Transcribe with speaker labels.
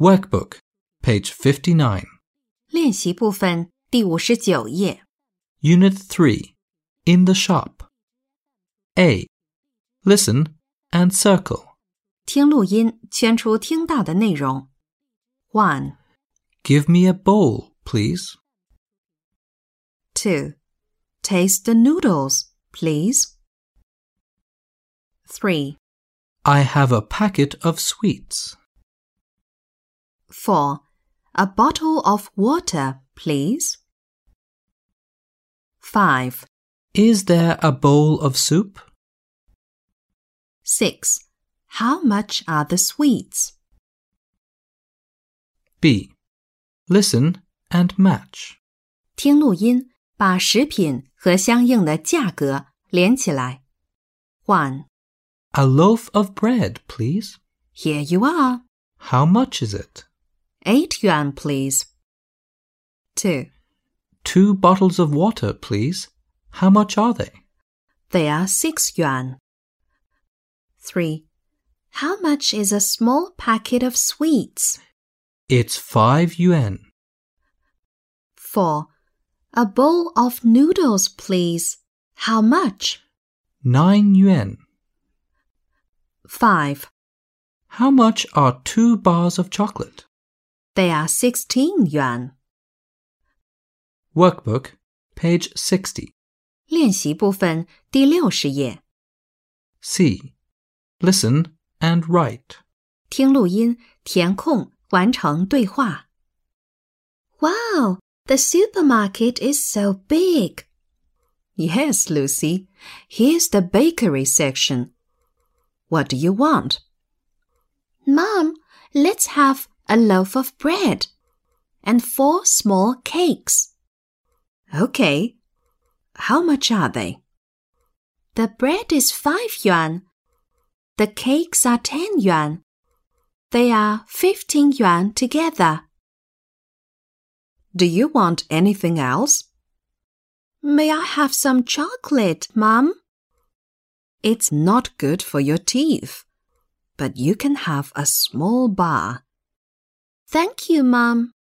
Speaker 1: Workbook, page 59,
Speaker 2: 练习部分第五十九页
Speaker 1: Unit 3. In the shop. A. Listen and circle.
Speaker 2: 听录音，圈出听到的内容。One,
Speaker 1: Give me a bowl, please.
Speaker 2: two, taste the noodles, please. Three,
Speaker 1: I have a packet of sweets.
Speaker 2: four, a bottle of water, please. Five,
Speaker 1: Is there a bowl of soup?
Speaker 2: six, how much are the sweets?
Speaker 1: B. Listen and match.
Speaker 2: 听录音，把食品和相应的价格连起来。One,
Speaker 1: A loaf of bread, please.
Speaker 2: here you are.
Speaker 1: How much is it?
Speaker 2: Eight yuan, please. Two.
Speaker 1: Two bottles of water, please. How much are they?
Speaker 2: They are six yuan. Three. How much is a small packet of sweets?
Speaker 1: It's five yuan.
Speaker 2: Four. A bowl of noodles, please. How much?
Speaker 1: Nine yuan.
Speaker 2: Five.
Speaker 1: How much are two bars of chocolate?
Speaker 2: They are sixteen yuan.
Speaker 1: Workbook, page 60.
Speaker 2: 练习部分第六十页，
Speaker 1: C. Listen and write.
Speaker 2: 听录音，填空，完成对话。Wow, the supermarket is so big. Yes, Lucy. Here's the bakery section. What do you want? Mom, let's have a loaf of bread and four small cakes. Okay. How much are they? The bread is five yuan. The cakes are ten yuan. They are fifteen yuan together. Do you want anything else? May I have some chocolate, Mum? It's not good for your teeth, but you can have a small bar. Thank you, Mum.